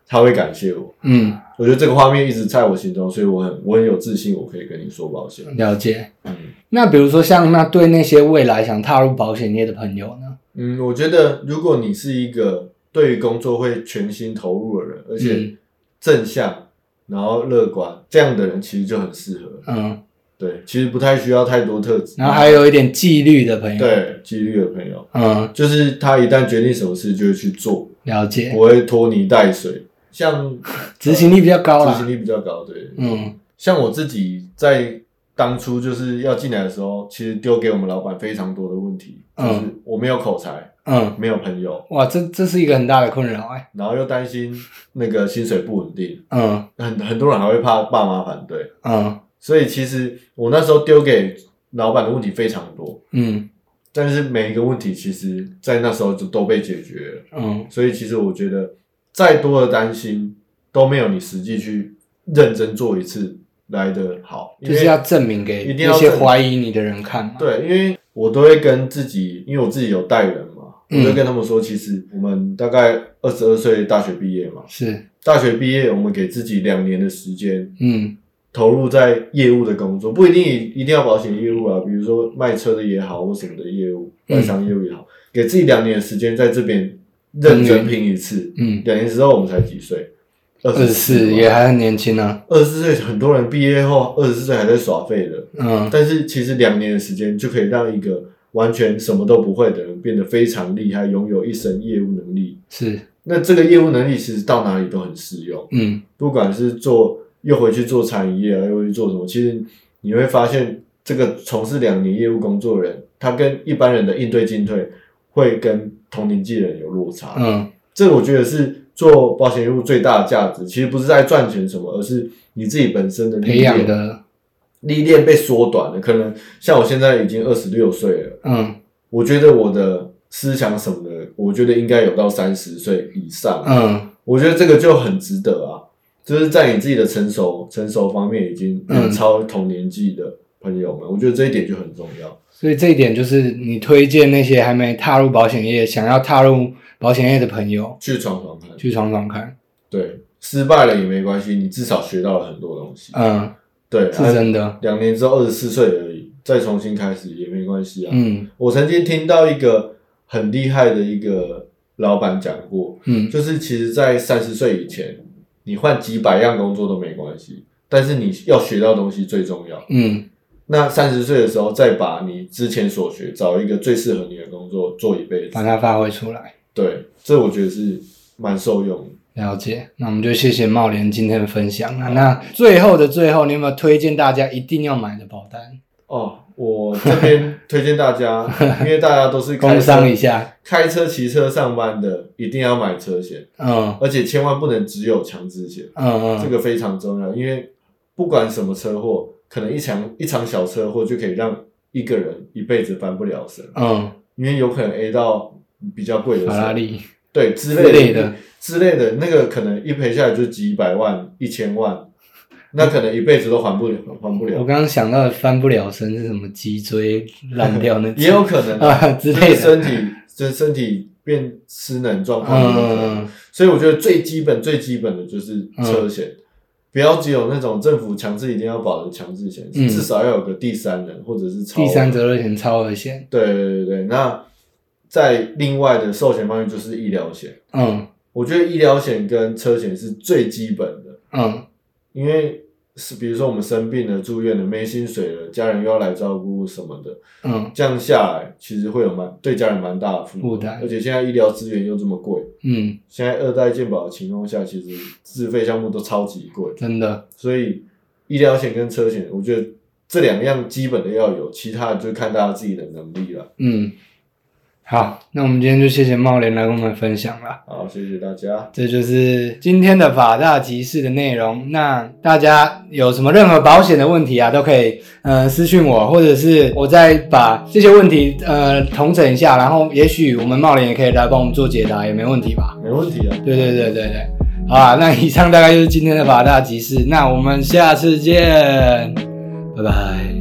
他会感谢我。嗯，我觉得这个画面一直在我心中，所以我很我很有自信，我可以跟你说抱歉。了解。嗯那比如说像那对那些未来想踏入保险业的朋友呢？嗯，我觉得如果你是一个对于工作会全心投入的人，而且嗯正向，然后乐观这样的人，其实就很适合。嗯，对，其实不太需要太多特质。然后还有一点纪律的朋友，，对纪律的朋友，嗯，就是他一旦决定什么事就会去做，了解，不会拖泥带水。像执行力比较高执啦行。力比较高，对。嗯像我自己在当初就是要进来的时候，其实丢给我们老板非常多的问题，就嗯是我没有口才，嗯，没有朋友，哇，这这是一个很大的困扰哎、然后又担心那个薪水不稳定，嗯很很多人还会怕爸妈反对，嗯所以其实我那时候丢给老板的问题非常多，嗯但是每一个问题其实在那时候就都被解决了。嗯所以其实我觉得，再多的担心都没有你实际去认真做一次来的好，因就为是要证明给一定要那些证明怀疑你的人看嘛。对，因为我都会跟自己，因为我自己有带人嘛，我嗯就跟他们说，其实我们大概二十二岁大学毕业嘛，是，大学毕业我们给自己两年的时间。嗯投入在业务的工作，不一定一定要保险业务啊，比如说卖车的也好，或什么的业务，嗯外商业务也好，给自己两年的时间在这边认真拼一次，嗯，两年之后我们才几岁，二二十四也还很年轻啊。二十四岁，很多人毕业后二十四岁还在耍废的。嗯但是其实两年的时间就可以让一个完全什么都不会的人变得非常厉害，拥有一身业务能力。是，那这个业务能力其实到哪里都很适用，嗯不管是做又回去做餐饮业啊，又回去做什么，其实你会发现，这个从事两年业务工作的人，他跟一般人的应对进退会跟同龄纪人有落差。嗯这我觉得是做保险业务最大的价值，其实不是在赚钱什么，而是你自己本身的历练培养的，历练被缩短了。可能像我现在已经二十六岁了，嗯我觉得我的思想什么的，我觉得应该有到三十岁以上。嗯我觉得这个就很值得啊，就是在你自己的成熟成熟方面已经嗯远超同年纪的朋友们，我觉得这一点就很重要。所以这一点就是你推荐那些还没踏入保险业、想要踏入保险业的朋友去闯闯看，去闯闯看。对，失败了也没关系，你至少学到了很多东西。嗯，对，是啊真的。两年之后二十四岁而已，再重新开始也没关系啊。嗯我曾经听到一个很厉害的一个老板讲过，嗯就是其实，在三十岁以前，你换几百样工作都没关系，但是你要学到东西最重要。嗯那三十岁的时候，再把你之前所学，找一个最适合你的工作做一辈子把。它发挥出来。对，这我觉得是蛮受用的。了解，那我们就谢谢茂联今天的分享啊。那最后的最后，你有没有推荐大家一定要买的保单？哦，我这边推荐大 家，因为大家都是开工车商一、下，开车、骑车上班的，一定要买车险，嗯而且千万不能只有强制险，嗯这嗯，个非常重要。因为不管什么车祸，可能一场一场小车祸就可以让一个人一辈子翻不了身，嗯，因为有可能 A 到比较贵的车法拉利，对之之类的类的之类的，那个可能一赔下来就几百万、一千万，那可能一辈子都还不了，还不我了，刚刚想到的翻不了身是什么脊椎烂掉那种，也有可能啊之类的就是身体就是身体变失能状况也有可能。嗯，所以我觉得最基本、最基本的就是车险，嗯不要只有那种政府强制一定要保的强制险，嗯至少要有个第三人或者是超第三责任险、超额险，对对对对，那在另外的寿险方面就是医疗险，嗯我觉得医疗险跟车险是最基本的。嗯因为是比如说我们生病了、住院了、没薪水了，家人又要来照顾什么的，嗯这样下来其实会有蛮对家人蛮大的负负担担，而且现在医疗资源又这么贵，嗯，现在二代健保的情况下，其实自费项目都超级贵，真的，所以医疗险跟车险，我觉得这两样基本的要有，其他的就看大家自己的能力了。嗯，好，那我们今天就谢谢茂联来跟我们分享了。好，谢谢大家，这就是今天的法大集市的内容。那大家有什么任何保险的问题啊，都可以呃私信我，或者是我再把这些问题呃统整一下，然后也许我们茂联也可以来帮我们做解答，也没问题吧？没问题啊，对对对对对，好啊，那以上大概就是今天的法大集市，那我们下次见，拜拜。